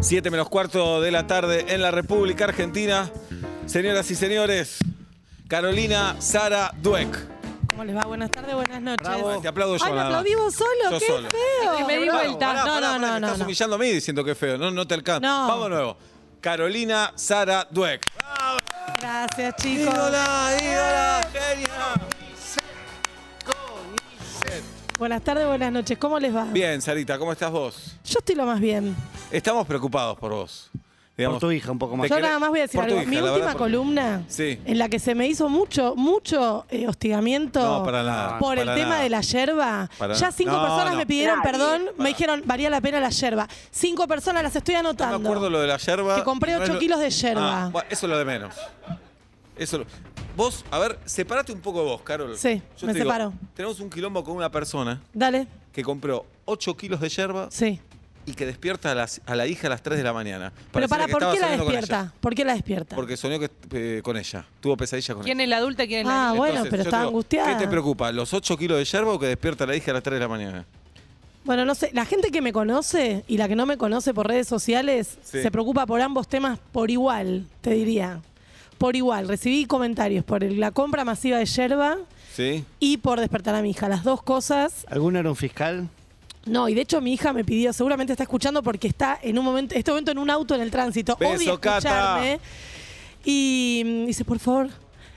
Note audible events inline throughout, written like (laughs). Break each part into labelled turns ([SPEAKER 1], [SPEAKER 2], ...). [SPEAKER 1] 7 menos cuarto de la tarde en la República Argentina. Señoras y señores, Carolina Sara Dueck.
[SPEAKER 2] ¿Cómo les va? Buenas tardes, buenas noches.
[SPEAKER 1] Bravo. Te aplaudo yo
[SPEAKER 2] Ay, me
[SPEAKER 1] nada más.
[SPEAKER 2] aplaudí vos solo,
[SPEAKER 1] Yo
[SPEAKER 2] qué
[SPEAKER 1] solo.
[SPEAKER 2] feo.
[SPEAKER 3] Me di
[SPEAKER 1] Bravo,
[SPEAKER 3] vuelta.
[SPEAKER 1] pará,
[SPEAKER 2] No,
[SPEAKER 1] pará,
[SPEAKER 2] no,
[SPEAKER 1] pará,
[SPEAKER 2] no,
[SPEAKER 1] me
[SPEAKER 2] no,
[SPEAKER 1] Estás
[SPEAKER 2] no.
[SPEAKER 1] humillando a mí diciendo que es feo. No, no te alcanza.
[SPEAKER 2] No.
[SPEAKER 1] Vamos de nuevo. Carolina Sara Dueck.
[SPEAKER 2] Gracias, chicos.
[SPEAKER 1] Ídola, ídola, genia.
[SPEAKER 2] Buenas tardes, buenas noches. ¿Cómo les va?
[SPEAKER 1] Bien, Sarita, ¿cómo estás vos?
[SPEAKER 2] Yo estoy lo más bien.
[SPEAKER 1] Estamos preocupados por vos.
[SPEAKER 4] Por
[SPEAKER 1] Digamos,
[SPEAKER 4] tu hija un poco
[SPEAKER 1] Te
[SPEAKER 4] más.
[SPEAKER 2] Yo
[SPEAKER 1] querés-
[SPEAKER 2] nada más voy a decir
[SPEAKER 1] por tu
[SPEAKER 2] algo.
[SPEAKER 1] hija,
[SPEAKER 2] Mi
[SPEAKER 1] la
[SPEAKER 2] última
[SPEAKER 1] verdad, por-
[SPEAKER 2] columna,
[SPEAKER 1] Sí.
[SPEAKER 2] en la que se me hizo mucho, mucho eh, hostigamiento
[SPEAKER 1] No, para nada,
[SPEAKER 2] por el
[SPEAKER 1] para
[SPEAKER 2] tema
[SPEAKER 1] nada.
[SPEAKER 2] de la yerba,
[SPEAKER 1] Para
[SPEAKER 2] ya
[SPEAKER 1] nada.
[SPEAKER 2] cinco
[SPEAKER 1] No,
[SPEAKER 2] personas
[SPEAKER 1] no.
[SPEAKER 2] me pidieron
[SPEAKER 3] Nadie.
[SPEAKER 2] perdón, me dijeron, valía la pena la yerba. Cinco personas, las estoy anotando.
[SPEAKER 1] No me acuerdo lo de la yerba.
[SPEAKER 2] Que compré
[SPEAKER 1] No es
[SPEAKER 2] ocho
[SPEAKER 1] lo-
[SPEAKER 2] kilos de yerba.
[SPEAKER 1] Ah, bueno, eso es lo de menos. Eso lo- Vos, a ver, separate un poco vos, Carol.
[SPEAKER 2] Sí, me
[SPEAKER 1] te digo,
[SPEAKER 2] separo.
[SPEAKER 1] tenemos un quilombo con una persona
[SPEAKER 2] Dale,
[SPEAKER 1] que compró 8 kilos de yerba
[SPEAKER 2] sí.
[SPEAKER 1] y que despierta a, las- a la hija a las 3 de la mañana.
[SPEAKER 2] Pero para,
[SPEAKER 1] decirle que
[SPEAKER 2] ¿por
[SPEAKER 1] estaba
[SPEAKER 2] qué la
[SPEAKER 1] soñando con ella.
[SPEAKER 2] despierta? ¿Por qué la despierta?
[SPEAKER 1] Porque soñó que, eh, con ella. Tuvo pesadilla con
[SPEAKER 3] ¿Quién
[SPEAKER 1] ella.
[SPEAKER 3] es la adulta y quién es la
[SPEAKER 2] Ah,
[SPEAKER 3] niña?
[SPEAKER 2] bueno,
[SPEAKER 1] Entonces,
[SPEAKER 2] pero
[SPEAKER 1] yo te
[SPEAKER 2] estaba
[SPEAKER 1] digo,
[SPEAKER 2] angustiada.
[SPEAKER 1] ¿Qué te preocupa? ¿Los 8 kilos de yerba o que despierta a la hija a las 3 de la mañana?
[SPEAKER 2] Bueno, no sé, la gente que me conoce y la que no me conoce por redes sociales
[SPEAKER 1] Sí.
[SPEAKER 2] se preocupa por ambos temas por igual, te diría. Por igual, recibí comentarios por el- la compra masiva de yerba
[SPEAKER 1] ¿Sí?
[SPEAKER 2] y por despertar a mi hija. Las dos cosas.
[SPEAKER 4] ¿Alguno era un fiscal?
[SPEAKER 2] No, y de hecho mi hija me pidió, seguramente está escuchando porque está en un momento, este momento en un auto en el tránsito.
[SPEAKER 1] Beso,
[SPEAKER 2] Odia escucharme. Y mm, dice, por favor,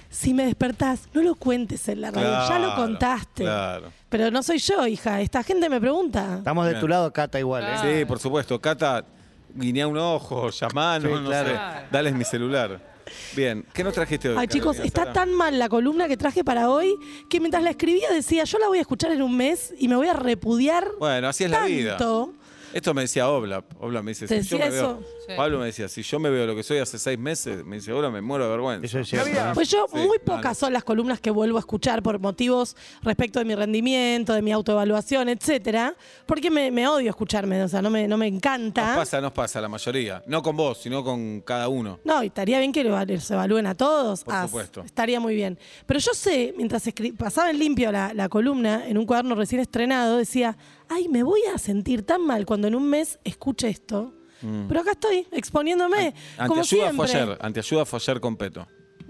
[SPEAKER 2] si me despertás, no lo cuentes en la radio, ya lo
[SPEAKER 1] Claro,
[SPEAKER 2] contaste.
[SPEAKER 1] claro.
[SPEAKER 2] Pero no soy yo, hija, esta gente me pregunta.
[SPEAKER 4] Estamos de
[SPEAKER 1] Bien.
[SPEAKER 4] tu lado, Cata, igual. ¿eh?
[SPEAKER 3] Ah.
[SPEAKER 1] Sí, por supuesto. Cata, guiñá un ojo, llamá, no,
[SPEAKER 4] Sí,
[SPEAKER 1] no
[SPEAKER 4] claro.
[SPEAKER 1] sé. Dale mi celular. Bien, ¿qué nos trajiste hoy?
[SPEAKER 2] Ay, chicos,
[SPEAKER 1] Carolina
[SPEAKER 2] está
[SPEAKER 1] Sara?
[SPEAKER 2] tan mal la columna que traje para hoy que mientras la escribía decía, yo la voy a escuchar en un mes y me voy a repudiar
[SPEAKER 1] Bueno, así es la vida.
[SPEAKER 2] tanto.
[SPEAKER 1] Esto me decía Oblap. Oblap me dice,
[SPEAKER 2] ¿Te
[SPEAKER 1] si yo
[SPEAKER 2] decía
[SPEAKER 1] me veo-
[SPEAKER 2] eso?
[SPEAKER 3] Sí.
[SPEAKER 1] Pablo me decía, si yo me veo lo que soy hace seis meses, me dice, ahora me muero de vergüenza.
[SPEAKER 4] Eso es cierto. ¿eh?
[SPEAKER 2] Pues yo,
[SPEAKER 1] Ah, Sí,
[SPEAKER 2] muy
[SPEAKER 1] claro.
[SPEAKER 2] pocas son las columnas que vuelvo a escuchar por motivos respecto de mi rendimiento, de mi autoevaluación, etcétera, porque me, me odio escucharme, o sea, no me, no me
[SPEAKER 1] Nos
[SPEAKER 2] encanta.
[SPEAKER 1] pasa, nos pasa, la mayoría. No con vos, sino con cada uno.
[SPEAKER 2] No, y estaría bien que lo evalu- se evalúen a todos.
[SPEAKER 1] Por
[SPEAKER 2] as,
[SPEAKER 1] supuesto.
[SPEAKER 2] Estaría muy bien. Pero yo sé, mientras escri- pasaba en limpio la, la columna, en un cuaderno recién estrenado, decía, ay, me voy a sentir tan mal cuando en un mes escuche esto.
[SPEAKER 1] Mm.
[SPEAKER 2] Pero acá estoy, exponiéndome, como
[SPEAKER 1] Anteayuda
[SPEAKER 2] siempre.
[SPEAKER 1] fue ayer, anteayuda fue ayer con Peto.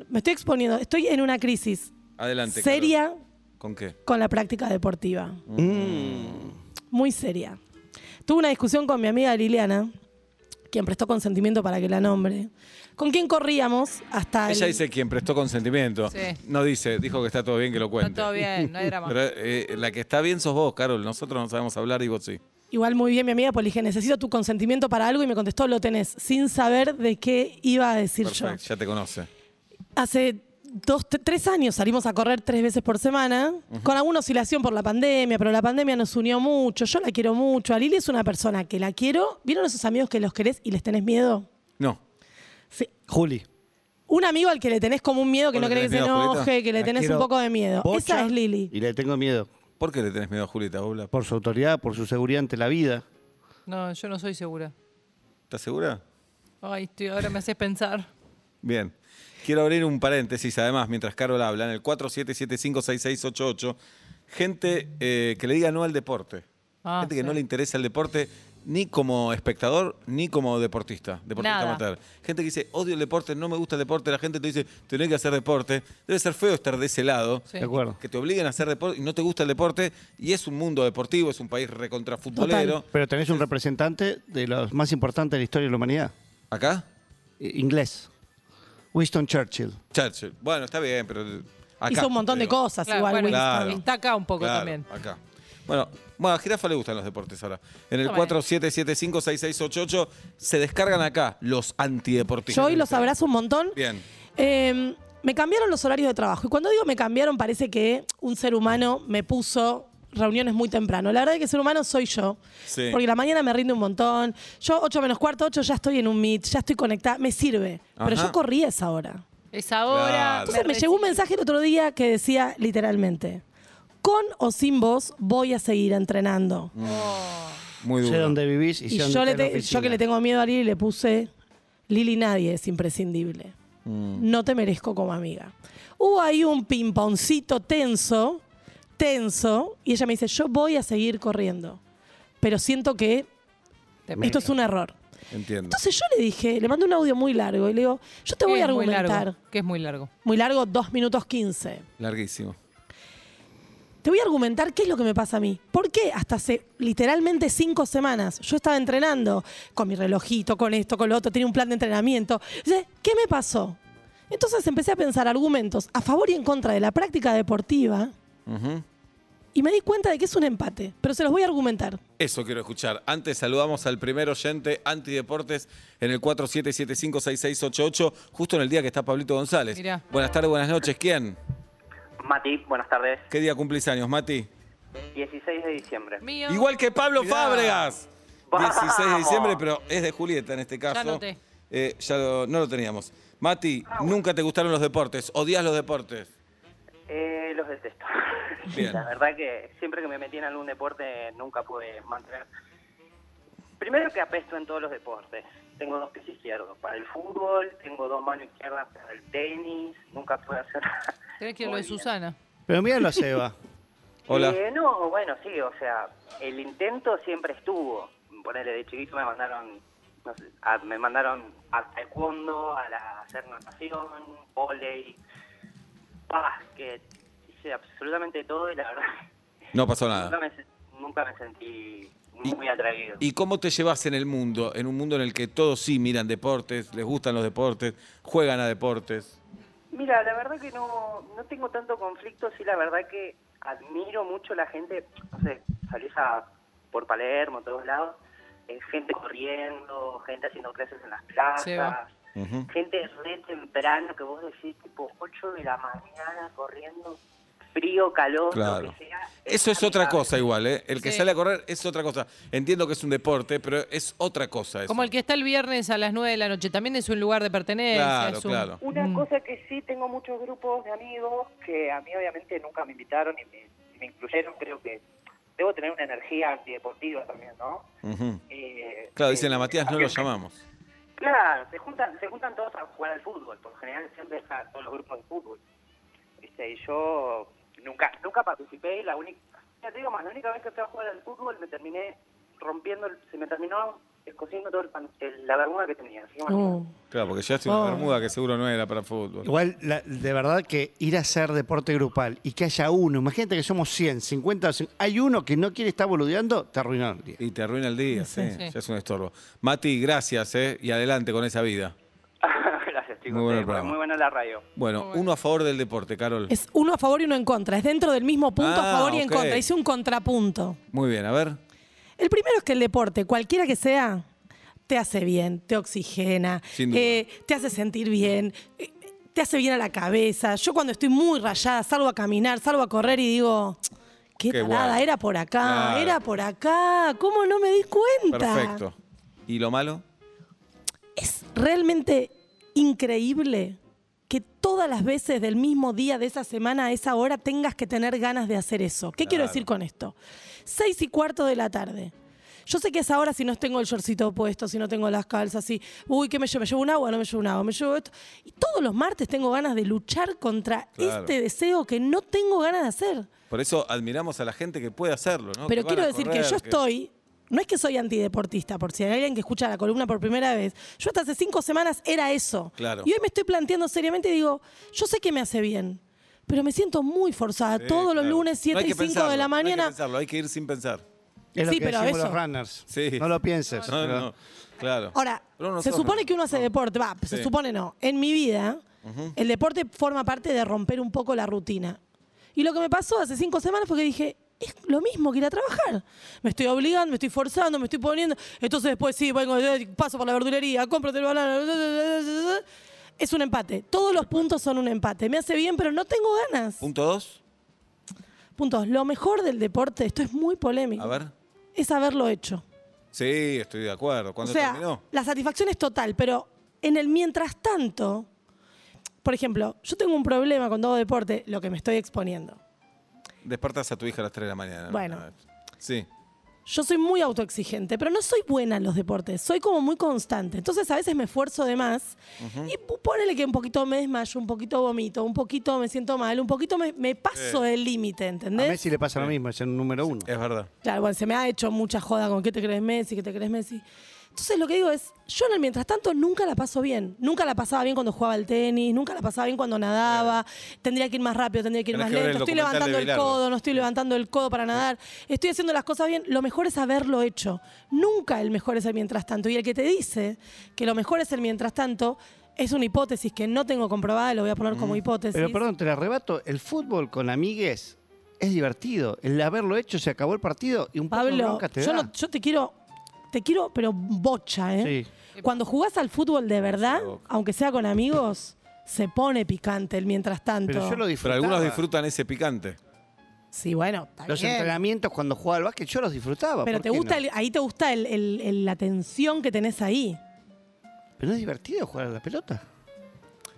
[SPEAKER 2] Me estoy exponiendo, estoy en una crisis
[SPEAKER 1] Adelante. Carol.
[SPEAKER 2] seria
[SPEAKER 1] ¿Con qué?
[SPEAKER 2] con la práctica deportiva.
[SPEAKER 1] Mm.
[SPEAKER 2] Muy seria. Tuve una discusión con mi amiga Liliana, quien prestó consentimiento para que la nombre, con quien corríamos hasta...
[SPEAKER 1] Ella
[SPEAKER 2] el-
[SPEAKER 1] dice quien prestó consentimiento.
[SPEAKER 3] Sí.
[SPEAKER 1] No dice, dijo que está todo bien que lo cuente.
[SPEAKER 3] Está todo bien, no hay drama.
[SPEAKER 1] Pero eh, la que está bien sos vos, Carol. Nosotros no sabemos hablar y vos sí.
[SPEAKER 2] Igual muy bien mi amiga, porque le dije, necesito tu consentimiento para algo y me contestó, lo tenés, sin saber de qué iba a decir
[SPEAKER 1] Perfecto,
[SPEAKER 2] yo.
[SPEAKER 1] ya te conoce.
[SPEAKER 2] Hace dos, tre- tres años salimos a correr tres veces por semana, con alguna oscilación por la pandemia, pero la pandemia nos unió mucho, yo la quiero mucho, a Lili es una persona que la quiero. ¿Vieron esos amigos que los querés y les tenés miedo?
[SPEAKER 1] No.
[SPEAKER 2] Sí.
[SPEAKER 4] Juli.
[SPEAKER 2] Un amigo al que le tenés como un miedo que
[SPEAKER 1] ¿Vos
[SPEAKER 2] no
[SPEAKER 1] le
[SPEAKER 2] querés que
[SPEAKER 1] tenés
[SPEAKER 2] se
[SPEAKER 1] miedo, Julieta?
[SPEAKER 2] enoje, que le
[SPEAKER 4] La
[SPEAKER 2] tenés un
[SPEAKER 4] quiero
[SPEAKER 2] poco de miedo.
[SPEAKER 4] pocha
[SPEAKER 2] Esa es Lili.
[SPEAKER 4] Y le tengo miedo.
[SPEAKER 1] ¿Por qué le tenés miedo a Julita, Bobla?
[SPEAKER 4] Por su autoridad, por su seguridad ante la vida.
[SPEAKER 3] No, yo no soy segura.
[SPEAKER 1] ¿Estás segura?
[SPEAKER 3] Ay, estoy, ahora me haces pensar.
[SPEAKER 1] Bien. Quiero abrir un paréntesis, además, mientras Carol habla, en el 47756688, gente eh, que le diga no al deporte.
[SPEAKER 3] Ah,
[SPEAKER 1] gente que
[SPEAKER 3] sí.
[SPEAKER 1] no le interesa el deporte ni como espectador ni como deportista, deportista
[SPEAKER 3] Nada.
[SPEAKER 1] amateur. Gente que dice, odio el deporte, no me gusta el deporte, la gente te dice, tenés que hacer deporte. Debe ser feo estar de ese lado.
[SPEAKER 3] Sí.
[SPEAKER 4] ¿De acuerdo?
[SPEAKER 1] Que te obliguen a hacer deporte y no te gusta el deporte, y es un mundo deportivo, es un país recontrafutbolero.
[SPEAKER 4] Pero tenés un representante de los más importantes de la historia de la humanidad.
[SPEAKER 1] ¿Acá?
[SPEAKER 4] Eh, Inglés. Winston Churchill.
[SPEAKER 1] Churchill. Bueno, está bien, pero. Acá,
[SPEAKER 2] Hizo un montón de
[SPEAKER 1] digo.
[SPEAKER 2] cosas
[SPEAKER 3] Claro,
[SPEAKER 2] igual.
[SPEAKER 3] bueno,
[SPEAKER 2] Winston.
[SPEAKER 1] Claro.
[SPEAKER 3] Está acá un poco
[SPEAKER 1] Claro,
[SPEAKER 3] también.
[SPEAKER 1] Acá. Bueno, bueno, a Jirafa le gustan los deportes ahora. En el
[SPEAKER 3] Bueno.
[SPEAKER 1] 47756688 se descargan acá los antideportistas.
[SPEAKER 2] Yo hoy los abrazo un montón.
[SPEAKER 1] Bien.
[SPEAKER 2] Eh, me cambiaron los horarios de trabajo. Y cuando digo me cambiaron, parece que un ser humano me puso reuniones muy temprano. La verdad es que ser humano soy yo.
[SPEAKER 1] Sí.
[SPEAKER 2] Porque la mañana me rinde un montón. Yo 8 menos cuarto, 8 ya estoy en un meet, ya estoy conectada, me sirve. Pero
[SPEAKER 1] Ajá.
[SPEAKER 2] yo corrí a esa hora.
[SPEAKER 3] Es ahora.
[SPEAKER 1] Claro.
[SPEAKER 2] Entonces me llegó un mensaje el otro día que decía literalmente, con o sin vos voy a seguir entrenando.
[SPEAKER 1] Muy
[SPEAKER 4] Sé
[SPEAKER 1] duro.
[SPEAKER 4] dónde vivís y, sé
[SPEAKER 2] Y
[SPEAKER 4] dónde
[SPEAKER 2] yo, le
[SPEAKER 4] está la
[SPEAKER 2] te- yo
[SPEAKER 4] oficina.
[SPEAKER 2] que le tengo miedo a Lili le puse, Lili nadie es imprescindible. No te merezco como amiga. Hubo ahí un pimponcito tenso, tenso, y ella me dice, yo voy a seguir corriendo, pero siento que
[SPEAKER 3] Te
[SPEAKER 2] esto es un error.
[SPEAKER 1] Entiendo.
[SPEAKER 2] Entonces yo le dije, le mandé un audio muy largo y le digo, yo te voy a
[SPEAKER 3] Es muy largo,
[SPEAKER 2] argumentar.
[SPEAKER 3] Que es muy largo.
[SPEAKER 2] Muy largo, 2 minutos 15.
[SPEAKER 1] Larguísimo.
[SPEAKER 2] Te voy a argumentar qué es lo que me pasa a mí. ¿Por qué hasta hace literalmente cinco semanas yo estaba entrenando con mi relojito, con esto, con lo otro, tenía un plan de entrenamiento? Dice, ¿Qué me pasó? Entonces empecé a pensar argumentos a favor y en contra de la práctica deportiva
[SPEAKER 1] Ujú.
[SPEAKER 2] y me di cuenta de que es un empate, pero se los voy a argumentar.
[SPEAKER 1] Eso quiero escuchar. Antes saludamos al primer oyente antideportes en el 47756688, justo en el día que está Pablito González.
[SPEAKER 3] Mirá.
[SPEAKER 1] Buenas tardes, buenas noches. ¿Quién?
[SPEAKER 5] Mati, buenas tardes.
[SPEAKER 1] ¿Qué día cumplís años, Mati?
[SPEAKER 5] 16 de diciembre.
[SPEAKER 3] Mío.
[SPEAKER 1] Igual que Pablo
[SPEAKER 3] Mirá.
[SPEAKER 1] Fábregas. 16 de diciembre, pero es de Julieta en este caso.
[SPEAKER 3] noté.
[SPEAKER 1] Eh, ya lo- no lo teníamos. Mati, nunca te gustaron los deportes, odias los deportes.
[SPEAKER 5] Eh, los detesto. (laughs)
[SPEAKER 1] Bien.
[SPEAKER 5] La verdad que siempre que me metí en algún deporte nunca pude mantener. Primero que apesto en todos los deportes. Tengo dos pies izquierdos para el fútbol, tengo dos manos izquierdas para el tenis, nunca pude hacer nada.
[SPEAKER 3] Tenés que ir a lo
[SPEAKER 5] (laughs) Muy
[SPEAKER 3] de
[SPEAKER 5] bien.
[SPEAKER 3] Susana.
[SPEAKER 4] Pero míralo a Seba.
[SPEAKER 1] Hola.
[SPEAKER 5] Eh, no, bueno, sí, o sea, el intento siempre estuvo. Ponele, de chiquito me mandaron, no sé, a- me mandaron a taekwondo, a, la, a hacer natación, volei, básquet, hice absolutamente todo y la verdad (laughs)
[SPEAKER 1] No pasó
[SPEAKER 5] nunca
[SPEAKER 1] nada.
[SPEAKER 5] me, se- nunca me sentí
[SPEAKER 1] Y-
[SPEAKER 5] muy atraído.
[SPEAKER 1] ¿Y cómo te llevas en el mundo? En un mundo en el que todos sí miran deportes, les gustan los deportes, juegan a deportes.
[SPEAKER 5] Mira, la verdad que no, no tengo tanto conflicto, sí, la verdad que admiro mucho la gente, no sé, salís a, por Palermo, todos lados, eh, gente corriendo, gente haciendo clases en las
[SPEAKER 3] Se va.
[SPEAKER 5] plazas,
[SPEAKER 1] Ujú.
[SPEAKER 5] gente re temprano, que vos decís tipo 8 de la mañana corriendo, frío, calor,
[SPEAKER 1] Claro.
[SPEAKER 5] lo que sea.
[SPEAKER 1] Eso es otra
[SPEAKER 5] amigable.
[SPEAKER 1] cosa igual, ¿eh? El que
[SPEAKER 3] Sí.
[SPEAKER 1] sale a correr es otra cosa. Entiendo que es un deporte, pero es otra cosa eso.
[SPEAKER 3] Como el que está el viernes a las 9 de la noche. También es un lugar de pertenencia.
[SPEAKER 1] Claro,
[SPEAKER 3] es un-
[SPEAKER 1] claro.
[SPEAKER 6] Una cosa que sí, tengo muchos grupos de amigos que a mí obviamente nunca me invitaron y me, me incluyeron, creo que debo tener una energía antideportiva también, ¿no?
[SPEAKER 1] Ujú.
[SPEAKER 6] Eh,
[SPEAKER 1] Claro,
[SPEAKER 6] eh,
[SPEAKER 1] dicen la Matías, no lo llamamos.
[SPEAKER 5] Claro, se juntan, se juntan todos a jugar al fútbol, por lo general siempre están todos los grupos de fútbol. ¿Viste? Y yo nunca, nunca participé y la única, ya te digo más, la única vez que fui a jugar al fútbol me terminé rompiendo, el- se me terminó escociendo todo el, pan- el- la bermuda que tenía. así que imagínate.
[SPEAKER 2] No.
[SPEAKER 1] Claro, porque ya estoy en una
[SPEAKER 2] Oh.
[SPEAKER 1] bermuda que seguro no era para fútbol.
[SPEAKER 4] Igual, la- de verdad que ir a hacer deporte grupal y que haya uno, imagínate que somos 100, 50, o 50, hay uno que no quiere estar boludeando, te arruinaron el día.
[SPEAKER 1] Y te arruina el día, sí,
[SPEAKER 2] Sí.
[SPEAKER 3] Sí.
[SPEAKER 1] Ya es un estorbo. Mati, gracias, ¿eh? Y adelante con esa vida.
[SPEAKER 5] (laughs) Gracias chicos,
[SPEAKER 1] Muy bueno el
[SPEAKER 5] Sí, fue
[SPEAKER 1] programa.
[SPEAKER 5] muy buena la radio.
[SPEAKER 1] Bueno, uno a favor del deporte, Carol.
[SPEAKER 2] Es uno a favor y uno en contra. Es dentro del mismo punto
[SPEAKER 1] Ah,
[SPEAKER 2] a favor y en
[SPEAKER 1] ok.
[SPEAKER 2] contra. Hice un contrapunto.
[SPEAKER 1] Muy bien, a ver.
[SPEAKER 2] El primero es que el deporte, cualquiera que sea, te hace bien, te oxigena,
[SPEAKER 1] Sin duda.
[SPEAKER 2] eh, te hace sentir bien, eh, te hace bien a la cabeza. Yo cuando estoy muy rayada salgo a caminar, salgo a correr y digo, qué,
[SPEAKER 1] Qué
[SPEAKER 2] tarada,
[SPEAKER 1] guay".
[SPEAKER 2] era por acá,
[SPEAKER 1] Claro.
[SPEAKER 2] era por acá, ¿cómo no me di cuenta?
[SPEAKER 1] Perfecto. ¿Y lo malo?
[SPEAKER 2] Es realmente increíble que todas las veces del mismo día de esa semana a esa hora tengas que tener ganas de hacer eso. ¿Qué quiero
[SPEAKER 1] Claro.
[SPEAKER 2] decir con esto? Seis y cuarto de la tarde. Yo sé que a esa hora si no tengo el shortcito puesto, si no tengo las calzas, si, uy, ¿qué me llevo? ¿Me llevo un agua? ¿No me llevo un agua? ¿Me llevo esto? Y todos los martes tengo ganas de luchar contra
[SPEAKER 1] Claro.
[SPEAKER 2] este deseo que no tengo ganas de hacer.
[SPEAKER 1] Por eso admiramos a la gente que puede hacerlo, ¿no? Que
[SPEAKER 2] Pero
[SPEAKER 1] van
[SPEAKER 2] quiero
[SPEAKER 1] a
[SPEAKER 2] decir que
[SPEAKER 1] correr,
[SPEAKER 2] yo estoy. No es que soy antideportista, por si hay alguien que escucha la columna por primera vez. Yo hasta hace cinco semanas era eso.
[SPEAKER 1] Claro.
[SPEAKER 2] Y hoy me estoy planteando seriamente y digo, yo sé que me hace bien, pero me siento muy forzada.
[SPEAKER 1] Sí,
[SPEAKER 2] Todos los
[SPEAKER 1] claro.
[SPEAKER 2] lunes,
[SPEAKER 1] No
[SPEAKER 2] 7
[SPEAKER 1] hay
[SPEAKER 2] y
[SPEAKER 1] que
[SPEAKER 2] 5
[SPEAKER 1] pensarlo,
[SPEAKER 2] de la
[SPEAKER 1] No hay
[SPEAKER 2] mañana.
[SPEAKER 1] que pensarlo, hay que ir sin pensar.
[SPEAKER 4] Es lo
[SPEAKER 2] Sí,
[SPEAKER 4] que
[SPEAKER 2] pero
[SPEAKER 4] decimos
[SPEAKER 2] eso-
[SPEAKER 4] los runners.
[SPEAKER 1] Sí.
[SPEAKER 4] No lo pienses.
[SPEAKER 1] No,
[SPEAKER 4] pero-
[SPEAKER 1] no, claro.
[SPEAKER 2] Ahora,
[SPEAKER 1] Pero
[SPEAKER 2] se
[SPEAKER 1] nosotros
[SPEAKER 2] supone
[SPEAKER 1] no.
[SPEAKER 2] que uno hace deporte, va, se
[SPEAKER 1] Sí.
[SPEAKER 2] supone no. En mi vida, el deporte forma parte de romper un poco la rutina. Y lo que me pasó hace cinco semanas fue que dije, es lo mismo que ir a trabajar. Me estoy obligando, me estoy forzando, me estoy poniendo. Entonces después sí, vengo, eh, paso por la verdulería, cómprate el banano. eh, eh, eh, eh. Es un empate. Todos los puntos son un empate. Me hace bien, pero no tengo ganas.
[SPEAKER 1] Punto dos.
[SPEAKER 2] Puntos. Lo mejor del deporte, esto es muy polémico,
[SPEAKER 1] A ver.
[SPEAKER 2] es haberlo hecho.
[SPEAKER 1] Sí, estoy de acuerdo.
[SPEAKER 2] O
[SPEAKER 1] ¿Cuándo
[SPEAKER 2] sea,
[SPEAKER 1] terminó?
[SPEAKER 2] la satisfacción es total, pero en el mientras tanto, por ejemplo, yo tengo un problema cuando hago deporte, lo que me estoy exponiendo.
[SPEAKER 1] Despertas a tu hija a las 3 de la mañana. ¿no?
[SPEAKER 2] Bueno.
[SPEAKER 1] Sí.
[SPEAKER 2] Yo soy muy autoexigente, pero no soy buena en los deportes, soy como muy constante. Entonces a veces me esfuerzo de más y pu- ponele que un poquito me desmayo, un poquito vomito, un poquito me siento mal, un poquito me, me paso del límite,
[SPEAKER 4] A
[SPEAKER 2] ¿entendés?
[SPEAKER 4] Messi le pasa lo mismo, es el número uno.
[SPEAKER 1] Es verdad.
[SPEAKER 2] Claro, bueno, se me ha hecho mucha joda con qué te crees Messi, qué te crees Messi. Entonces lo que digo es, yo en el mientras tanto nunca la paso bien. Nunca la pasaba bien cuando jugaba al tenis, nunca la pasaba bien cuando nadaba. Tendría que ir más rápido, tendría que ir
[SPEAKER 1] Tenés
[SPEAKER 2] más
[SPEAKER 1] que ver el
[SPEAKER 2] lento. Estoy
[SPEAKER 1] documental de
[SPEAKER 2] levantando el
[SPEAKER 1] Bilardo.
[SPEAKER 2] codo, no estoy levantando el codo para nadar. Estoy haciendo las cosas bien. Lo mejor es haberlo hecho. Nunca el mejor es el mientras tanto. Y el que te dice que lo mejor es el mientras tanto es una hipótesis que no tengo comprobada, y lo voy a poner
[SPEAKER 1] Mm.
[SPEAKER 2] como hipótesis.
[SPEAKER 4] Pero perdón, te la arrebato. El fútbol con amigues es divertido. El haberlo hecho, se acabó el partido y un poco de
[SPEAKER 2] Pablo,
[SPEAKER 4] bronca te
[SPEAKER 2] yo,
[SPEAKER 4] da.
[SPEAKER 2] no- yo te quiero, te quiero, pero bocha, ¿eh? Cuando jugás al fútbol de verdad, aunque sea con amigos, se pone picante el mientras tanto.
[SPEAKER 4] Pero yo lo
[SPEAKER 1] Pero
[SPEAKER 4] disfrutaba.
[SPEAKER 1] algunos disfrutan ese picante.
[SPEAKER 2] Sí, bueno, está
[SPEAKER 4] Los
[SPEAKER 2] bien.
[SPEAKER 4] entrenamientos cuando jugaba al básquet, yo los disfrutaba.
[SPEAKER 2] Pero
[SPEAKER 4] ¿por
[SPEAKER 2] te
[SPEAKER 4] qué
[SPEAKER 2] gusta
[SPEAKER 4] no?
[SPEAKER 2] el- ahí te gusta el- el- el- la tensión que tenés ahí.
[SPEAKER 4] Pero no es divertido jugar a la pelota.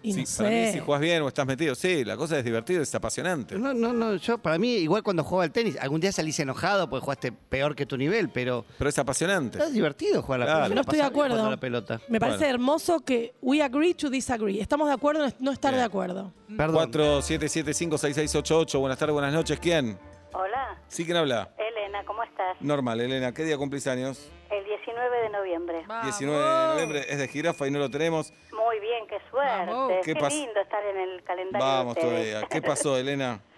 [SPEAKER 2] Y
[SPEAKER 1] Sí,
[SPEAKER 2] no
[SPEAKER 1] Para mí,
[SPEAKER 2] sé.
[SPEAKER 1] si jugás bien o estás metido, sí, la cosa es divertida, es apasionante.
[SPEAKER 4] No, no, no. Yo, para mí, igual cuando jugaba al tenis, algún día salís enojado porque jugaste peor que tu nivel, pero
[SPEAKER 1] Pero es apasionante.
[SPEAKER 4] no es divertido jugar a la
[SPEAKER 1] Claro.
[SPEAKER 4] pelota.
[SPEAKER 2] No estoy de
[SPEAKER 4] pasar bien
[SPEAKER 2] acuerdo.
[SPEAKER 4] jugando a la pelota.
[SPEAKER 2] Me parece
[SPEAKER 1] Bueno.
[SPEAKER 2] hermoso que we agree to disagree. Estamos de acuerdo en no estar
[SPEAKER 1] Bien.
[SPEAKER 2] de acuerdo.
[SPEAKER 4] Perdón.
[SPEAKER 1] 47756688. Buenas tardes, buenas noches. ¿Quién?
[SPEAKER 7] Hola,
[SPEAKER 1] Sí, ¿quién habla?
[SPEAKER 7] Elena, ¿cómo estás?
[SPEAKER 1] Normal, Elena. ¿Qué día cumplís años?
[SPEAKER 7] El 19 de noviembre.
[SPEAKER 1] 19 de noviembre. Es de jirafa y no lo tenemos.
[SPEAKER 7] Muy bien, qué suerte.
[SPEAKER 3] Vamos.
[SPEAKER 1] ¿Qué
[SPEAKER 7] Qué,
[SPEAKER 1] pas-
[SPEAKER 7] lindo estar en el calendario. de
[SPEAKER 1] Vamos
[SPEAKER 7] ustedes.
[SPEAKER 1] todavía. ¿Qué pasó, Elena?
[SPEAKER 7] (laughs)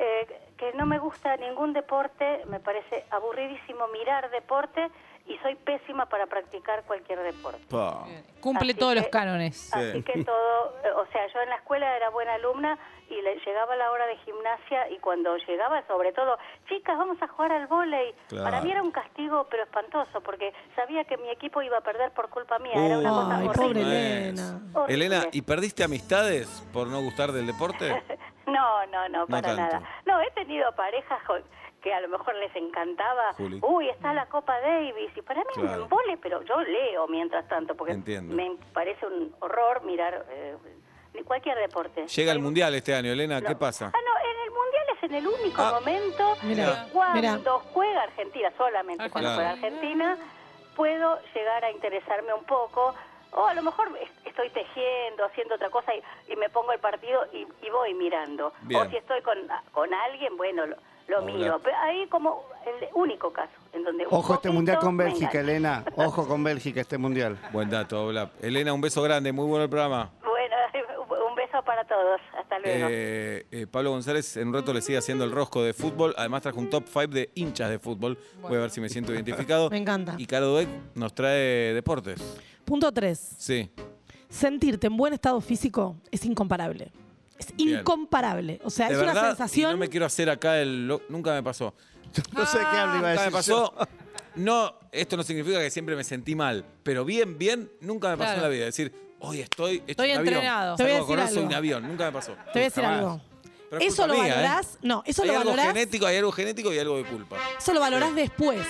[SPEAKER 7] Eh, que no me gusta ningún deporte, me parece aburridísimo mirar deporte y soy pésima para practicar cualquier deporte.
[SPEAKER 1] Pa.
[SPEAKER 3] Cumple
[SPEAKER 7] Así
[SPEAKER 3] todos
[SPEAKER 7] que-
[SPEAKER 3] los cánones.
[SPEAKER 7] Así que todo, eh, o sea, yo en la escuela era buena alumna y le- llegaba la hora de gimnasia y cuando llegaba, sobre todo, chicas, vamos a jugar al vóley.
[SPEAKER 1] Claro.
[SPEAKER 7] Para mí era un castigo, pero espantoso, porque sabía que mi equipo iba a perder por culpa mía. era una cosa
[SPEAKER 2] Ay,
[SPEAKER 7] horrible.
[SPEAKER 2] pobre
[SPEAKER 1] No es.
[SPEAKER 2] Elena.
[SPEAKER 7] Horrible.
[SPEAKER 1] Uh, Elena, ¿y perdiste amistades por no gustar del
[SPEAKER 7] (laughs)
[SPEAKER 1] deporte?
[SPEAKER 7] No, no, no, para
[SPEAKER 1] tanto.
[SPEAKER 7] nada. No, he tenido parejas jo- que a lo mejor les encantaba.
[SPEAKER 1] Juli.
[SPEAKER 7] Uy, está la Copa Davis. Y para mí es
[SPEAKER 1] Claro.
[SPEAKER 7] un embole, pero yo leo mientras tanto, porque
[SPEAKER 1] Entiendo.
[SPEAKER 7] me parece un horror mirar eh, cualquier deporte.
[SPEAKER 1] Llega el
[SPEAKER 7] Algo-
[SPEAKER 1] mundial este año, Elena. ¿Qué
[SPEAKER 7] No.
[SPEAKER 1] pasa?
[SPEAKER 7] Ah, no, en el Mundial es en el único
[SPEAKER 1] Ah.
[SPEAKER 7] momento
[SPEAKER 2] Mirá,
[SPEAKER 7] que cuando
[SPEAKER 2] mirá.
[SPEAKER 7] juega Argentina, solamente
[SPEAKER 3] Argentina.
[SPEAKER 7] cuando juega Argentina, puedo llegar a interesarme un poco. O a lo mejor es- estoy tejiendo, haciendo otra cosa y, y me pongo el partido y, y voy mirando.
[SPEAKER 1] Bien.
[SPEAKER 7] O si estoy con, con alguien, bueno, lo, lo
[SPEAKER 1] Hola.
[SPEAKER 7] miro. Pero ahí como el único caso en donde... un
[SPEAKER 4] Ojo este
[SPEAKER 7] poquito
[SPEAKER 4] mundial con
[SPEAKER 7] me
[SPEAKER 4] Bélgica,
[SPEAKER 7] engancho.
[SPEAKER 4] Elena. Ojo con Bélgica este mundial.
[SPEAKER 1] Buen dato, Oblap. Elena, un beso grande. Muy bueno el programa.
[SPEAKER 7] Bueno, (laughs) un beso para todos. Hasta luego.
[SPEAKER 1] Eh, eh, Pablo González en un rato le sigue haciendo el rosco de fútbol. Además trajo un top 5 de hinchas de fútbol. Voy a ver si me siento identificado.
[SPEAKER 2] (laughs) Me encanta.
[SPEAKER 1] Y Caro Dweck nos trae deportes.
[SPEAKER 2] Punto 3.
[SPEAKER 1] Sí.
[SPEAKER 2] Sentirte en buen estado físico es incomparable. Es
[SPEAKER 1] Bien.
[SPEAKER 2] incomparable. O sea,
[SPEAKER 1] de
[SPEAKER 2] es
[SPEAKER 1] verdad,
[SPEAKER 2] una
[SPEAKER 1] y
[SPEAKER 2] sensación.
[SPEAKER 1] no me quiero hacer acá el... lo- nunca me
[SPEAKER 2] (laughs)
[SPEAKER 1] pasó.
[SPEAKER 4] No sé de qué habla, iba
[SPEAKER 1] Nunca Ah, me
[SPEAKER 4] a decir.
[SPEAKER 1] pasó. No, esto no significa que siempre me sentí mal, pero bien, bien, nunca me pasó
[SPEAKER 3] Claro.
[SPEAKER 1] en la vida. Es decir, hoy estoy, hecho
[SPEAKER 3] Estoy
[SPEAKER 1] un avión.
[SPEAKER 3] entrenado.
[SPEAKER 2] Te voy a
[SPEAKER 1] Salgo a correr,
[SPEAKER 2] decir
[SPEAKER 1] soy
[SPEAKER 2] algo.
[SPEAKER 1] un avión, nunca me pasó.
[SPEAKER 2] Te voy a decir
[SPEAKER 4] Jamás.
[SPEAKER 2] algo.
[SPEAKER 1] Pero es
[SPEAKER 2] Eso lo
[SPEAKER 1] culpa mía, ¿eh?
[SPEAKER 2] valorás. No, eso
[SPEAKER 1] hay
[SPEAKER 2] lo
[SPEAKER 1] algo
[SPEAKER 2] valorás.
[SPEAKER 1] genético, hay algo genético y algo de culpa.
[SPEAKER 2] Eso lo valorás después.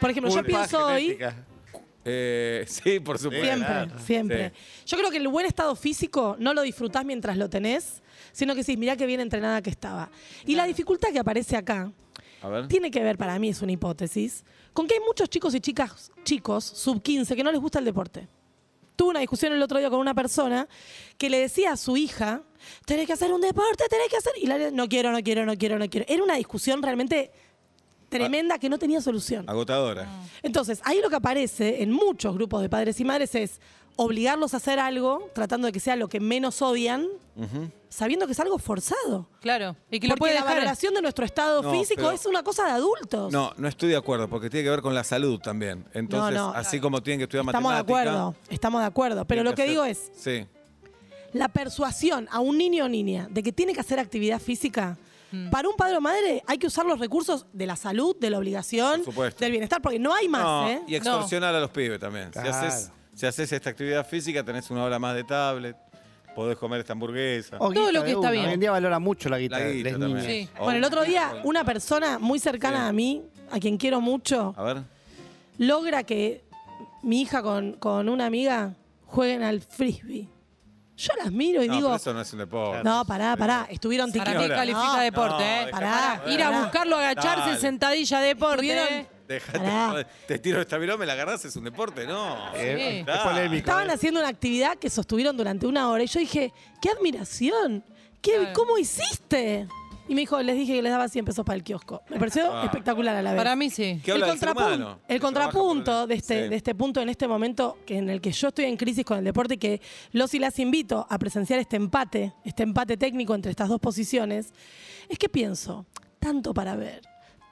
[SPEAKER 2] Por ejemplo, yo
[SPEAKER 4] Culpa
[SPEAKER 2] pienso hoy.
[SPEAKER 4] genética.
[SPEAKER 1] Eh, (laughs) sí, por supuesto.
[SPEAKER 2] Siempre, siempre. Yo creo que el buen estado físico no lo disfrutás mientras lo tenés, sino que decís, mirá qué bien entrenada que estaba. Y la dificultad que aparece acá
[SPEAKER 1] A ver.
[SPEAKER 2] tiene que ver, para mí es una hipótesis, con que hay muchos chicos y chicas, chicos, sub 15, que no les gusta el deporte. Tuve una discusión el otro día con una persona que le decía a su hija, tenés que hacer un deporte, tenés que hacer... Y la nena, no quiero, no quiero, no quiero, no quiero. Era una discusión realmente
[SPEAKER 4] Ah.
[SPEAKER 2] tremenda que no tenía solución.
[SPEAKER 1] Agotadora.
[SPEAKER 2] Entonces, ahí lo que aparece en muchos grupos de padres y madres es obligarlos a hacer algo, tratando de que sea lo que menos odian, sabiendo que es algo forzado.
[SPEAKER 3] Claro. Y que lo
[SPEAKER 2] Porque
[SPEAKER 3] puede
[SPEAKER 2] la
[SPEAKER 3] dejar.
[SPEAKER 2] valoración de nuestro estado
[SPEAKER 1] No,
[SPEAKER 2] físico
[SPEAKER 1] pero-
[SPEAKER 2] es una cosa de adultos.
[SPEAKER 1] No, no estoy de acuerdo, porque tiene que ver con la salud también. Entonces,
[SPEAKER 2] No, no.
[SPEAKER 1] así como tienen que estudiar
[SPEAKER 2] Estamos de
[SPEAKER 1] matemáticas.
[SPEAKER 2] acuerdo, estamos de acuerdo. Pero lo que digo es,
[SPEAKER 1] Sí.
[SPEAKER 2] la persuasión a un niño o niña de que tiene que hacer actividad física,
[SPEAKER 3] Mm.
[SPEAKER 2] para un padre o madre hay que usar los recursos de la salud, de la obligación,
[SPEAKER 1] Por supuesto.
[SPEAKER 2] del bienestar, porque no hay más.
[SPEAKER 1] No,
[SPEAKER 2] ¿eh?
[SPEAKER 1] Y extorsionar a los pibes también. Si,
[SPEAKER 4] Claro.
[SPEAKER 1] haces, si haces esta actividad física, tenés una hora más de tablet, podés comer esta hamburguesa.
[SPEAKER 4] O
[SPEAKER 3] Todo
[SPEAKER 4] guita
[SPEAKER 3] lo que
[SPEAKER 4] de
[SPEAKER 3] está
[SPEAKER 4] uno.
[SPEAKER 3] bien.
[SPEAKER 4] Hoy en día valora mucho la guita,
[SPEAKER 1] la
[SPEAKER 4] de
[SPEAKER 1] guita
[SPEAKER 4] las
[SPEAKER 1] también.
[SPEAKER 4] niñas.
[SPEAKER 3] Sí.
[SPEAKER 1] O-
[SPEAKER 2] Bueno, el otro día una persona muy cercana
[SPEAKER 1] Sí.
[SPEAKER 2] a mí, a quien quiero mucho,
[SPEAKER 1] A ver.
[SPEAKER 2] logra que mi hija con, con una amiga jueguen al frisbee. Yo las miro y
[SPEAKER 1] No,
[SPEAKER 2] digo,
[SPEAKER 1] pero eso no es un deporte.
[SPEAKER 2] no, pará, pará, estuvieron
[SPEAKER 3] Para mí
[SPEAKER 1] Señora.
[SPEAKER 3] califica
[SPEAKER 2] No,
[SPEAKER 3] deporte,
[SPEAKER 1] no,
[SPEAKER 3] ¿eh?
[SPEAKER 2] pará,
[SPEAKER 1] pará.
[SPEAKER 3] Ir a
[SPEAKER 2] pará.
[SPEAKER 3] buscarlo, agacharse,
[SPEAKER 1] Dale.
[SPEAKER 3] sentadilla, deporte.
[SPEAKER 2] Estuvieron-
[SPEAKER 3] ¿eh?
[SPEAKER 1] Dejate,
[SPEAKER 2] Pará.
[SPEAKER 1] joder. te tiro esta virome, la agarrás, es un deporte, no.
[SPEAKER 4] Eh,
[SPEAKER 1] Dale.
[SPEAKER 4] Es polémico.
[SPEAKER 2] Estaban haciendo una actividad que sostuvieron durante una hora y yo dije, qué admiración, ¿Qué, ¿cómo hiciste? Y me dijo, les dije que les daba 100 pesos para el kiosco. Me pareció
[SPEAKER 1] Ah.
[SPEAKER 2] espectacular a la vez.
[SPEAKER 3] Para mí sí.
[SPEAKER 1] ¿Qué
[SPEAKER 2] el
[SPEAKER 1] habla del ser
[SPEAKER 2] contrapunto,
[SPEAKER 1] humano?
[SPEAKER 2] el
[SPEAKER 1] Que trabaja por
[SPEAKER 2] contrapunto
[SPEAKER 1] el-
[SPEAKER 2] de este,
[SPEAKER 1] Sí.
[SPEAKER 2] de este punto en este momento que en el que yo estoy en crisis con el deporte y que los y las invito a presenciar este empate, este empate técnico entre estas dos posiciones, es que pienso, tanto para ver,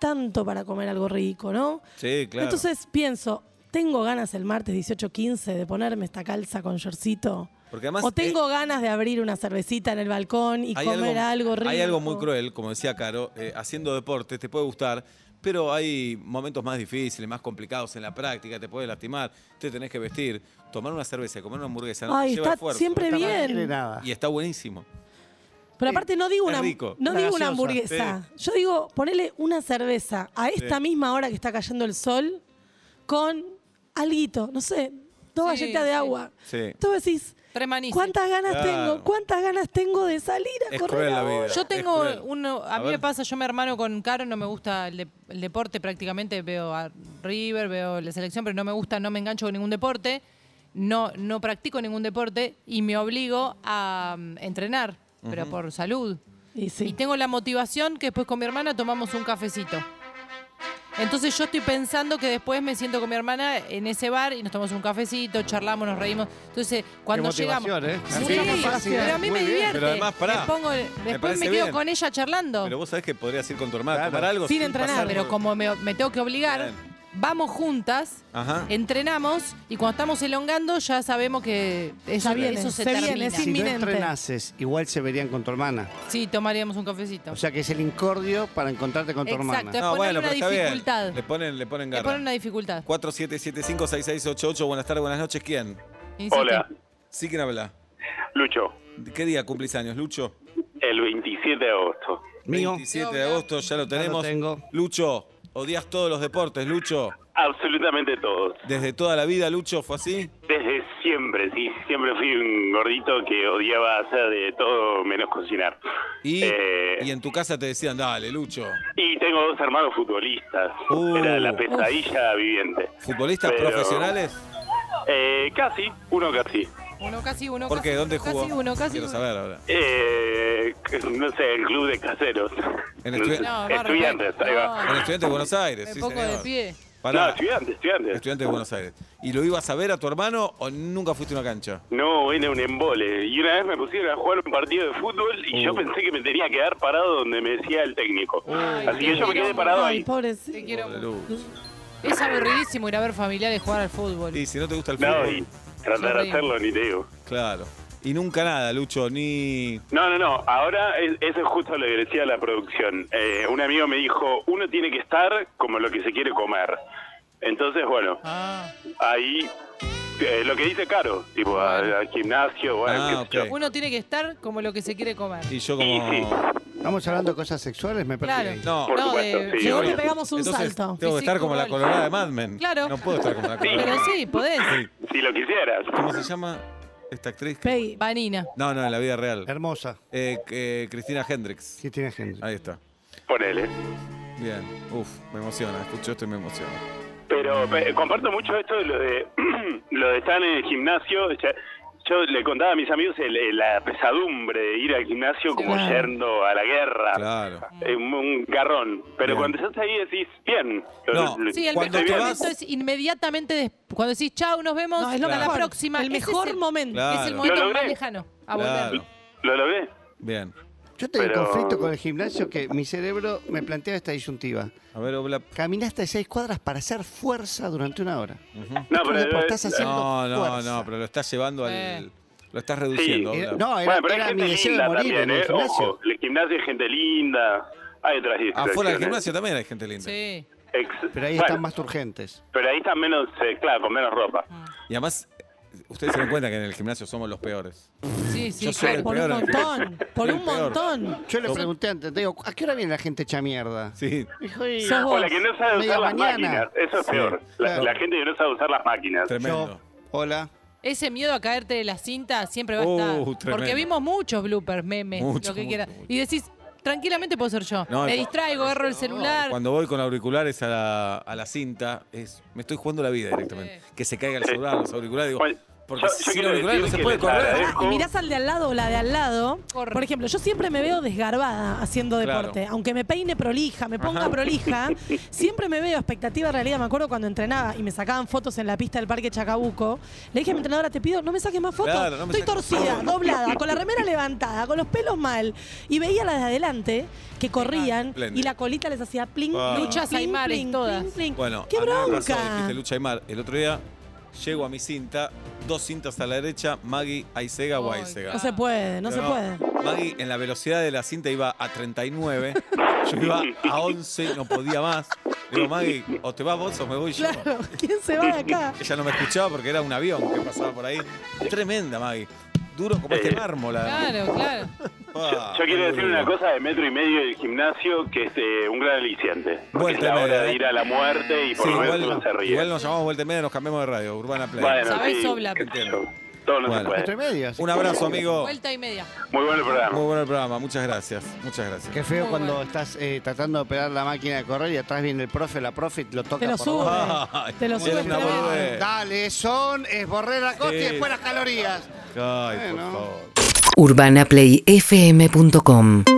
[SPEAKER 2] tanto para comer algo rico, ¿no?
[SPEAKER 1] Sí, claro.
[SPEAKER 2] Entonces pienso, tengo ganas el martes 18-15 de ponerme esta calza con shortcito.
[SPEAKER 1] Porque además,
[SPEAKER 2] o tengo ganas de abrir una cervecita en el balcón y
[SPEAKER 1] Hay
[SPEAKER 2] comer algo, rico.
[SPEAKER 1] Hay algo muy cruel, como decía Caro, eh, haciendo deporte te puede gustar, pero hay momentos más difíciles, más complicados en la práctica, te puede lastimar, te tenés que vestir, tomar una cerveza, comer una hamburguesa, no
[SPEAKER 2] Ay,
[SPEAKER 1] lleva
[SPEAKER 2] está
[SPEAKER 1] esfuerzo.
[SPEAKER 2] siempre
[SPEAKER 4] No quiere
[SPEAKER 2] bien.
[SPEAKER 4] nada.
[SPEAKER 1] Y está buenísimo.
[SPEAKER 2] Pero aparte no digo
[SPEAKER 1] es
[SPEAKER 2] una,
[SPEAKER 1] rico.
[SPEAKER 2] no
[SPEAKER 4] Una
[SPEAKER 2] digo una
[SPEAKER 4] gaseosa,
[SPEAKER 2] hamburguesa. Yo digo, ponele una cerveza a esta
[SPEAKER 1] Sí.
[SPEAKER 2] misma hora que está cayendo el sol con alguito, no sé, dos
[SPEAKER 3] Sí,
[SPEAKER 2] galletas de
[SPEAKER 3] sí.
[SPEAKER 2] agua.
[SPEAKER 1] Sí.
[SPEAKER 2] Tú decís,
[SPEAKER 3] Tres manices.
[SPEAKER 2] ¿cuántas ganas
[SPEAKER 1] Claro.
[SPEAKER 2] tengo? ¿Cuántas ganas tengo de salir a
[SPEAKER 1] Es
[SPEAKER 2] correr
[SPEAKER 1] cruel la
[SPEAKER 2] ahora?
[SPEAKER 1] vida.
[SPEAKER 3] Yo
[SPEAKER 1] Es
[SPEAKER 3] tengo
[SPEAKER 1] cruel.
[SPEAKER 3] uno, a,
[SPEAKER 1] A
[SPEAKER 3] mí
[SPEAKER 1] ver.
[SPEAKER 3] me pasa, yo me hermano con Caro, no me gusta el, de- el deporte prácticamente, veo a River, veo la selección, pero no me gusta, no me engancho con ningún deporte, no, no practico ningún deporte y me obligo a mm, entrenar, pero por salud.
[SPEAKER 2] Y
[SPEAKER 3] Y
[SPEAKER 2] sí.
[SPEAKER 3] tengo la motivación que después con mi hermana tomamos un cafecito. Entonces yo estoy pensando que después me siento con mi hermana en ese bar y nos tomamos un cafecito, charlamos, nos reimos. Entonces, cuando llegamos...
[SPEAKER 4] motivación, ¿eh?
[SPEAKER 3] Sí,
[SPEAKER 4] Así que es fácil,
[SPEAKER 3] pero a mí
[SPEAKER 4] muy
[SPEAKER 3] me
[SPEAKER 4] bien.
[SPEAKER 3] divierte.
[SPEAKER 1] Pero además, pará,
[SPEAKER 3] Me pongo- después
[SPEAKER 1] parece
[SPEAKER 3] me, quedo
[SPEAKER 1] bien.
[SPEAKER 3] con ella charlando.
[SPEAKER 1] Pero vos sabés que podrías ir con tu hermana a
[SPEAKER 4] Claro.
[SPEAKER 1] tomar algo
[SPEAKER 2] Sin entrenar,
[SPEAKER 1] pasar
[SPEAKER 3] pero
[SPEAKER 1] por-
[SPEAKER 3] como me, me tengo que obligar,
[SPEAKER 1] Bien.
[SPEAKER 3] vamos juntas,
[SPEAKER 1] Ajá.
[SPEAKER 3] entrenamos y cuando estamos elongando ya sabemos que eso,
[SPEAKER 2] Ya viene,
[SPEAKER 3] eso se,
[SPEAKER 2] se viene,
[SPEAKER 3] termina.
[SPEAKER 2] es
[SPEAKER 4] Si no
[SPEAKER 2] inminente.
[SPEAKER 4] entrenases, igual se verían con tu hermana.
[SPEAKER 3] Sí, tomaríamos un cafecito.
[SPEAKER 4] O sea que es el incordio para encontrarte con tu
[SPEAKER 3] Exacto.
[SPEAKER 4] hermana.
[SPEAKER 1] No,
[SPEAKER 3] ponen
[SPEAKER 1] bueno,
[SPEAKER 3] una
[SPEAKER 1] pero está bien.
[SPEAKER 3] dificultad.
[SPEAKER 1] Le ponen, le ponen
[SPEAKER 3] Me
[SPEAKER 1] garra.
[SPEAKER 3] pone una dificultad.
[SPEAKER 1] 47756688, buenas tardes, buenas noches, ¿quién?
[SPEAKER 3] Insisto.
[SPEAKER 8] Hola,
[SPEAKER 1] Sí, ¿quién habla?
[SPEAKER 8] Lucho,
[SPEAKER 1] ¿Qué día cumplís años, Lucho?
[SPEAKER 8] el 27 de agosto.
[SPEAKER 4] Mío.
[SPEAKER 1] 27 de agosto, ya lo
[SPEAKER 4] lo
[SPEAKER 1] tenemos.
[SPEAKER 4] tengo.
[SPEAKER 1] Lucho, odias todos los deportes, Lucho.
[SPEAKER 8] Absolutamente todos.
[SPEAKER 1] Desde toda la vida, Lucho, ¿fue así?
[SPEAKER 8] Desde siempre, sí, siempre fui un gordito que odiaba hacer de todo menos cocinar.
[SPEAKER 1] Y,
[SPEAKER 8] Eh,
[SPEAKER 1] y en tu casa te decían, dale, Lucho.
[SPEAKER 8] y tengo dos hermanos futbolistas.
[SPEAKER 1] Uh.
[SPEAKER 8] Era la pesadilla viviente.
[SPEAKER 1] ¿Futbolistas
[SPEAKER 8] Pero-
[SPEAKER 1] profesionales?
[SPEAKER 8] Eh, casi, uno casi.
[SPEAKER 3] Uno casi uno.
[SPEAKER 1] ¿Por qué?
[SPEAKER 3] casi
[SPEAKER 1] ¿Dónde
[SPEAKER 3] uno,
[SPEAKER 1] jugó?
[SPEAKER 3] Casi uno, casi
[SPEAKER 1] Quiero
[SPEAKER 3] uno.
[SPEAKER 1] saber ahora.
[SPEAKER 8] Eh, no sé, el club de caseros.
[SPEAKER 1] En
[SPEAKER 8] No sé,
[SPEAKER 1] estudiantes.
[SPEAKER 3] No, no,
[SPEAKER 8] estudiantes,
[SPEAKER 3] respeto.
[SPEAKER 8] ahí va.
[SPEAKER 1] En estudiante de Buenos Aires,
[SPEAKER 3] Me
[SPEAKER 1] sí,
[SPEAKER 3] pongo
[SPEAKER 1] señor.
[SPEAKER 3] de pie.
[SPEAKER 1] Pará,
[SPEAKER 8] No, estudiantes, estudiantes.
[SPEAKER 1] estudiante de Buenos Aires. ¿Y lo ibas a ver a tu hermano o nunca fuiste a una cancha?
[SPEAKER 8] No, era un embole. Y una vez me pusieron a jugar un partido de fútbol y yo pensé que me tenía que quedar parado donde me decía el técnico. Así que yo me quedé parado
[SPEAKER 2] Ay,
[SPEAKER 8] ahí.
[SPEAKER 2] pobre.
[SPEAKER 3] Te quiero
[SPEAKER 1] Pobre
[SPEAKER 3] mucho.
[SPEAKER 1] Lucho.
[SPEAKER 3] Es aburridísimo ir a ver familiares jugar al fútbol.
[SPEAKER 1] Y si no te gusta el
[SPEAKER 8] No,
[SPEAKER 1] fútbol,
[SPEAKER 8] y tratar de
[SPEAKER 3] Horrible.
[SPEAKER 8] hacerlo, ni te digo.
[SPEAKER 1] claro. Y nunca nada, Lucho, ni...
[SPEAKER 8] No, no, no. Ahora, es- eso es justo lo que decía la producción. Eh, un amigo me dijo, uno tiene que estar como lo que se quiere comer. Entonces, bueno,
[SPEAKER 3] Ah.
[SPEAKER 8] ahí... eh, lo que dice Caro, tipo a- al gimnasio, bueno,
[SPEAKER 1] Ah,
[SPEAKER 8] qué sé
[SPEAKER 1] ok.
[SPEAKER 8] yo.
[SPEAKER 3] Uno tiene que estar como lo que se quiere comer.
[SPEAKER 1] Y yo
[SPEAKER 8] Y sí.
[SPEAKER 1] como...
[SPEAKER 4] Estamos hablando de cosas sexuales, me perdí.
[SPEAKER 3] Claro.
[SPEAKER 4] ahí.
[SPEAKER 1] No,
[SPEAKER 8] Por
[SPEAKER 3] No, eh,
[SPEAKER 8] supuesto,
[SPEAKER 3] de-
[SPEAKER 8] sí,
[SPEAKER 2] Llegó,
[SPEAKER 8] obvio.
[SPEAKER 2] te pegamos un
[SPEAKER 1] entonces
[SPEAKER 2] salto.
[SPEAKER 1] tengo que estar como la
[SPEAKER 3] Físico,
[SPEAKER 1] colorada de Mad Men.
[SPEAKER 3] Claro.
[SPEAKER 1] No puedo estar como la colorada.
[SPEAKER 3] (laughs) Pero sí, podés.
[SPEAKER 1] Sí.
[SPEAKER 8] Si lo quisieras.
[SPEAKER 1] ¿Cómo se llama esta actriz?
[SPEAKER 2] Pei,
[SPEAKER 3] Vanina.
[SPEAKER 1] No, no, en la vida real.
[SPEAKER 4] Hermosa.
[SPEAKER 1] Eh, eh, Cristina Hendricks.
[SPEAKER 4] Sí, tiene gente.
[SPEAKER 1] Ahí está.
[SPEAKER 8] Ponele.
[SPEAKER 1] Bien. Uf, me emociona. Escucho esto y me emociona.
[SPEAKER 8] Pero pe- comparto mucho esto de lo de, (clears throat) lo de estar en el gimnasio. Ya- Yo le contaba a mis amigos el- el- la pesadumbre de ir al gimnasio como
[SPEAKER 2] Claro.
[SPEAKER 8] yendo a la guerra.
[SPEAKER 1] Claro.
[SPEAKER 8] Eh, Un, un garrón. Pero
[SPEAKER 1] Bien.
[SPEAKER 8] cuando estás ahí decís, bien.
[SPEAKER 1] No,
[SPEAKER 8] Lo- lo-
[SPEAKER 3] Sí, el
[SPEAKER 1] Cuando
[SPEAKER 3] mejor
[SPEAKER 1] te
[SPEAKER 8] bien.
[SPEAKER 1] vas-
[SPEAKER 3] momento es inmediatamente des- cuando decís chau, nos vemos
[SPEAKER 2] No, es lo
[SPEAKER 3] a la
[SPEAKER 2] mejor.
[SPEAKER 3] próxima.
[SPEAKER 2] El
[SPEAKER 3] Ese es
[SPEAKER 2] mejor momento.
[SPEAKER 1] Claro.
[SPEAKER 3] Es el momento
[SPEAKER 8] Lo logré.
[SPEAKER 3] más lejano a
[SPEAKER 1] Ah, Claro.
[SPEAKER 3] volver.
[SPEAKER 8] Lo logré.
[SPEAKER 1] Bien.
[SPEAKER 4] Yo tengo
[SPEAKER 8] Pero-
[SPEAKER 4] un conflicto con el gimnasio que mi cerebro me plantea esta disyuntiva.
[SPEAKER 1] A ver, Oblap.
[SPEAKER 4] Caminaste seis cuadras para hacer fuerza durante una hora.
[SPEAKER 8] No,
[SPEAKER 4] Otro
[SPEAKER 8] pero,
[SPEAKER 4] deporte, estás haciendo
[SPEAKER 1] No, no,
[SPEAKER 4] fuerza.
[SPEAKER 1] no, pero lo estás llevando al.
[SPEAKER 3] Eh.
[SPEAKER 1] Lo estás reduciendo.
[SPEAKER 4] Era-
[SPEAKER 1] Oblap.
[SPEAKER 4] no, era,
[SPEAKER 8] bueno, pero hay
[SPEAKER 4] era mi
[SPEAKER 8] gente
[SPEAKER 4] deseo de
[SPEAKER 8] linda
[SPEAKER 4] morir
[SPEAKER 8] también,
[SPEAKER 4] en el
[SPEAKER 8] ¿eh?
[SPEAKER 4] gimnasio.
[SPEAKER 8] Ojo, el gimnasio hay gente linda. Hay
[SPEAKER 1] Afuera
[SPEAKER 8] otras
[SPEAKER 1] Ah, del
[SPEAKER 8] distracciones.
[SPEAKER 1] gimnasio también hay gente linda.
[SPEAKER 3] Sí.
[SPEAKER 8] Ex-
[SPEAKER 4] Pero ahí
[SPEAKER 8] bueno,
[SPEAKER 4] están más urgentes.
[SPEAKER 8] Pero ahí están menos, eh, claro, con menos ropa.
[SPEAKER 3] Ah.
[SPEAKER 1] Y además, eh, ustedes se dan cuenta que en el gimnasio somos los peores.
[SPEAKER 3] Sí, sí,
[SPEAKER 1] Yo soy
[SPEAKER 3] claro.
[SPEAKER 1] el
[SPEAKER 2] por un
[SPEAKER 1] peor.
[SPEAKER 2] montón, por
[SPEAKER 1] El
[SPEAKER 2] un
[SPEAKER 1] peor.
[SPEAKER 2] montón.
[SPEAKER 4] Yo le pregunté antes, te digo, ¿a qué hora viene la gente hecha mierda?
[SPEAKER 1] Sí.
[SPEAKER 4] Dijo, y-
[SPEAKER 2] Sos
[SPEAKER 8] O
[SPEAKER 2] vos.
[SPEAKER 8] la que no sabe
[SPEAKER 4] Media
[SPEAKER 8] usar las
[SPEAKER 4] mañana.
[SPEAKER 8] máquinas. Eso es
[SPEAKER 1] Sí,
[SPEAKER 8] peor. La,
[SPEAKER 4] claro.
[SPEAKER 8] la gente que no sabe usar las máquinas.
[SPEAKER 1] Tremendo.
[SPEAKER 4] yo, hola.
[SPEAKER 8] Eh,
[SPEAKER 3] Ese miedo a caerte de la cinta siempre va a
[SPEAKER 1] Uh,
[SPEAKER 3] estar.
[SPEAKER 1] tremendo.
[SPEAKER 3] Porque vimos muchos bloopers, memes,
[SPEAKER 1] Mucho,
[SPEAKER 3] lo que
[SPEAKER 1] mucho,
[SPEAKER 3] quieras.
[SPEAKER 1] mucho.
[SPEAKER 3] Y decís, tranquilamente puedo ser yo.
[SPEAKER 1] No,
[SPEAKER 3] Me
[SPEAKER 1] y-
[SPEAKER 3] distraigo, agarro
[SPEAKER 2] (laughs)
[SPEAKER 3] el celular.
[SPEAKER 1] Cuando voy con auriculares a la, a la cinta, es, me estoy jugando la vida directamente. Que se caiga el celular, los auriculares, digo,
[SPEAKER 8] Bueno,
[SPEAKER 1] Porque
[SPEAKER 8] Yo- yo
[SPEAKER 1] sin
[SPEAKER 8] quiero
[SPEAKER 1] auriculares no se
[SPEAKER 8] decir que
[SPEAKER 1] puede
[SPEAKER 8] ¿eh? les
[SPEAKER 1] correr.
[SPEAKER 8] agradezco.
[SPEAKER 2] Pará, y mirás al de al lado o la de al lado.
[SPEAKER 3] Corre.
[SPEAKER 2] Por ejemplo, yo siempre me veo desgarbada haciendo
[SPEAKER 1] Claro.
[SPEAKER 2] deporte. Aunque me peine prolija, me ponga
[SPEAKER 1] Ajá. (laughs)
[SPEAKER 2] prolija, siempre me veo expectativa de realidad. Me acuerdo cuando entrenaba y me sacaban fotos en la pista del Parque Chacabuco. Le dije a mi entrenadora, te pido, no me saques más fotos.
[SPEAKER 1] Claro, no me
[SPEAKER 2] Estoy
[SPEAKER 1] saques-
[SPEAKER 2] torcida,
[SPEAKER 1] (laughs)
[SPEAKER 2] doblada, con la remera levantada, con los pelos mal. Y veía las de adelante que corrían
[SPEAKER 1] Ah, Espléndido.
[SPEAKER 2] y la colita les hacía pling,
[SPEAKER 1] Ah.
[SPEAKER 2] pling,
[SPEAKER 3] Luchas
[SPEAKER 2] pling,
[SPEAKER 3] Aymares
[SPEAKER 2] pling,
[SPEAKER 3] todas.
[SPEAKER 2] pling, pling.
[SPEAKER 1] Bueno,
[SPEAKER 2] ¡Qué
[SPEAKER 1] Ana
[SPEAKER 2] bronca!
[SPEAKER 1] Razón, dijiste lucha y mar. El otro día llego a mi cinta, dos cintas a la derecha, Maggie Aisega o
[SPEAKER 3] Ay,
[SPEAKER 1] Aisega.
[SPEAKER 2] no se puede, no se puede. (laughs)
[SPEAKER 1] Maggie en la velocidad de la cinta iba a
[SPEAKER 8] (laughs)
[SPEAKER 1] 39, yo iba a 11, no podía más. Le digo, Maggie, o te vas vos o me voy yo.
[SPEAKER 2] Claro, ¿quién se va de acá?
[SPEAKER 1] Ella no me escuchaba porque era un avión que pasaba por ahí. Tremenda, Maggie. Duro como
[SPEAKER 8] Eh,
[SPEAKER 1] este mármol. además.
[SPEAKER 3] Claro, claro.
[SPEAKER 1] Ah,
[SPEAKER 8] Yo quiero
[SPEAKER 1] muy
[SPEAKER 8] decir
[SPEAKER 1] duro.
[SPEAKER 8] una cosa de metro y medio del gimnasio que es eh, un gran aliciente. Porque
[SPEAKER 1] Vuelta
[SPEAKER 8] es la
[SPEAKER 1] y media,
[SPEAKER 8] hora de
[SPEAKER 1] ¿eh?
[SPEAKER 8] ir a la muerte y por
[SPEAKER 1] Sí,
[SPEAKER 8] lo menos uno se
[SPEAKER 1] igual,
[SPEAKER 8] ríe.
[SPEAKER 1] igual nos llamamos vuelta y media, nos cambiamos de radio, Urbana Play.
[SPEAKER 8] bueno,
[SPEAKER 3] Sabés
[SPEAKER 8] sí,
[SPEAKER 3] sopla.
[SPEAKER 8] qué sé yo. Todo no
[SPEAKER 1] Bueno.
[SPEAKER 8] se
[SPEAKER 4] Metro y
[SPEAKER 8] puede.
[SPEAKER 4] medio. así
[SPEAKER 1] Un
[SPEAKER 4] que-
[SPEAKER 1] abrazo, amigo.
[SPEAKER 3] Vuelta y media.
[SPEAKER 8] Muy bueno el
[SPEAKER 1] Muy
[SPEAKER 8] programa.
[SPEAKER 1] bueno el programa, muchas gracias. Muchas gracias.
[SPEAKER 4] Qué feo
[SPEAKER 3] Muy
[SPEAKER 4] cuando
[SPEAKER 3] bueno.
[SPEAKER 4] estás eh, tratando de operar la máquina de correr y atrás viene el profe, la profe y lo toca
[SPEAKER 2] Te lo
[SPEAKER 4] por
[SPEAKER 2] sube.
[SPEAKER 4] abajo.
[SPEAKER 1] (laughs) Ay,
[SPEAKER 2] Te lo
[SPEAKER 1] era
[SPEAKER 2] sube
[SPEAKER 1] una
[SPEAKER 2] el tren.
[SPEAKER 1] boludez.
[SPEAKER 4] Dale, son, es borrar la costa y
[SPEAKER 1] Sí.
[SPEAKER 4] después las calorías.
[SPEAKER 1] Ay, por
[SPEAKER 4] Bueno.
[SPEAKER 1] favor.
[SPEAKER 9] urbanaplayfm.com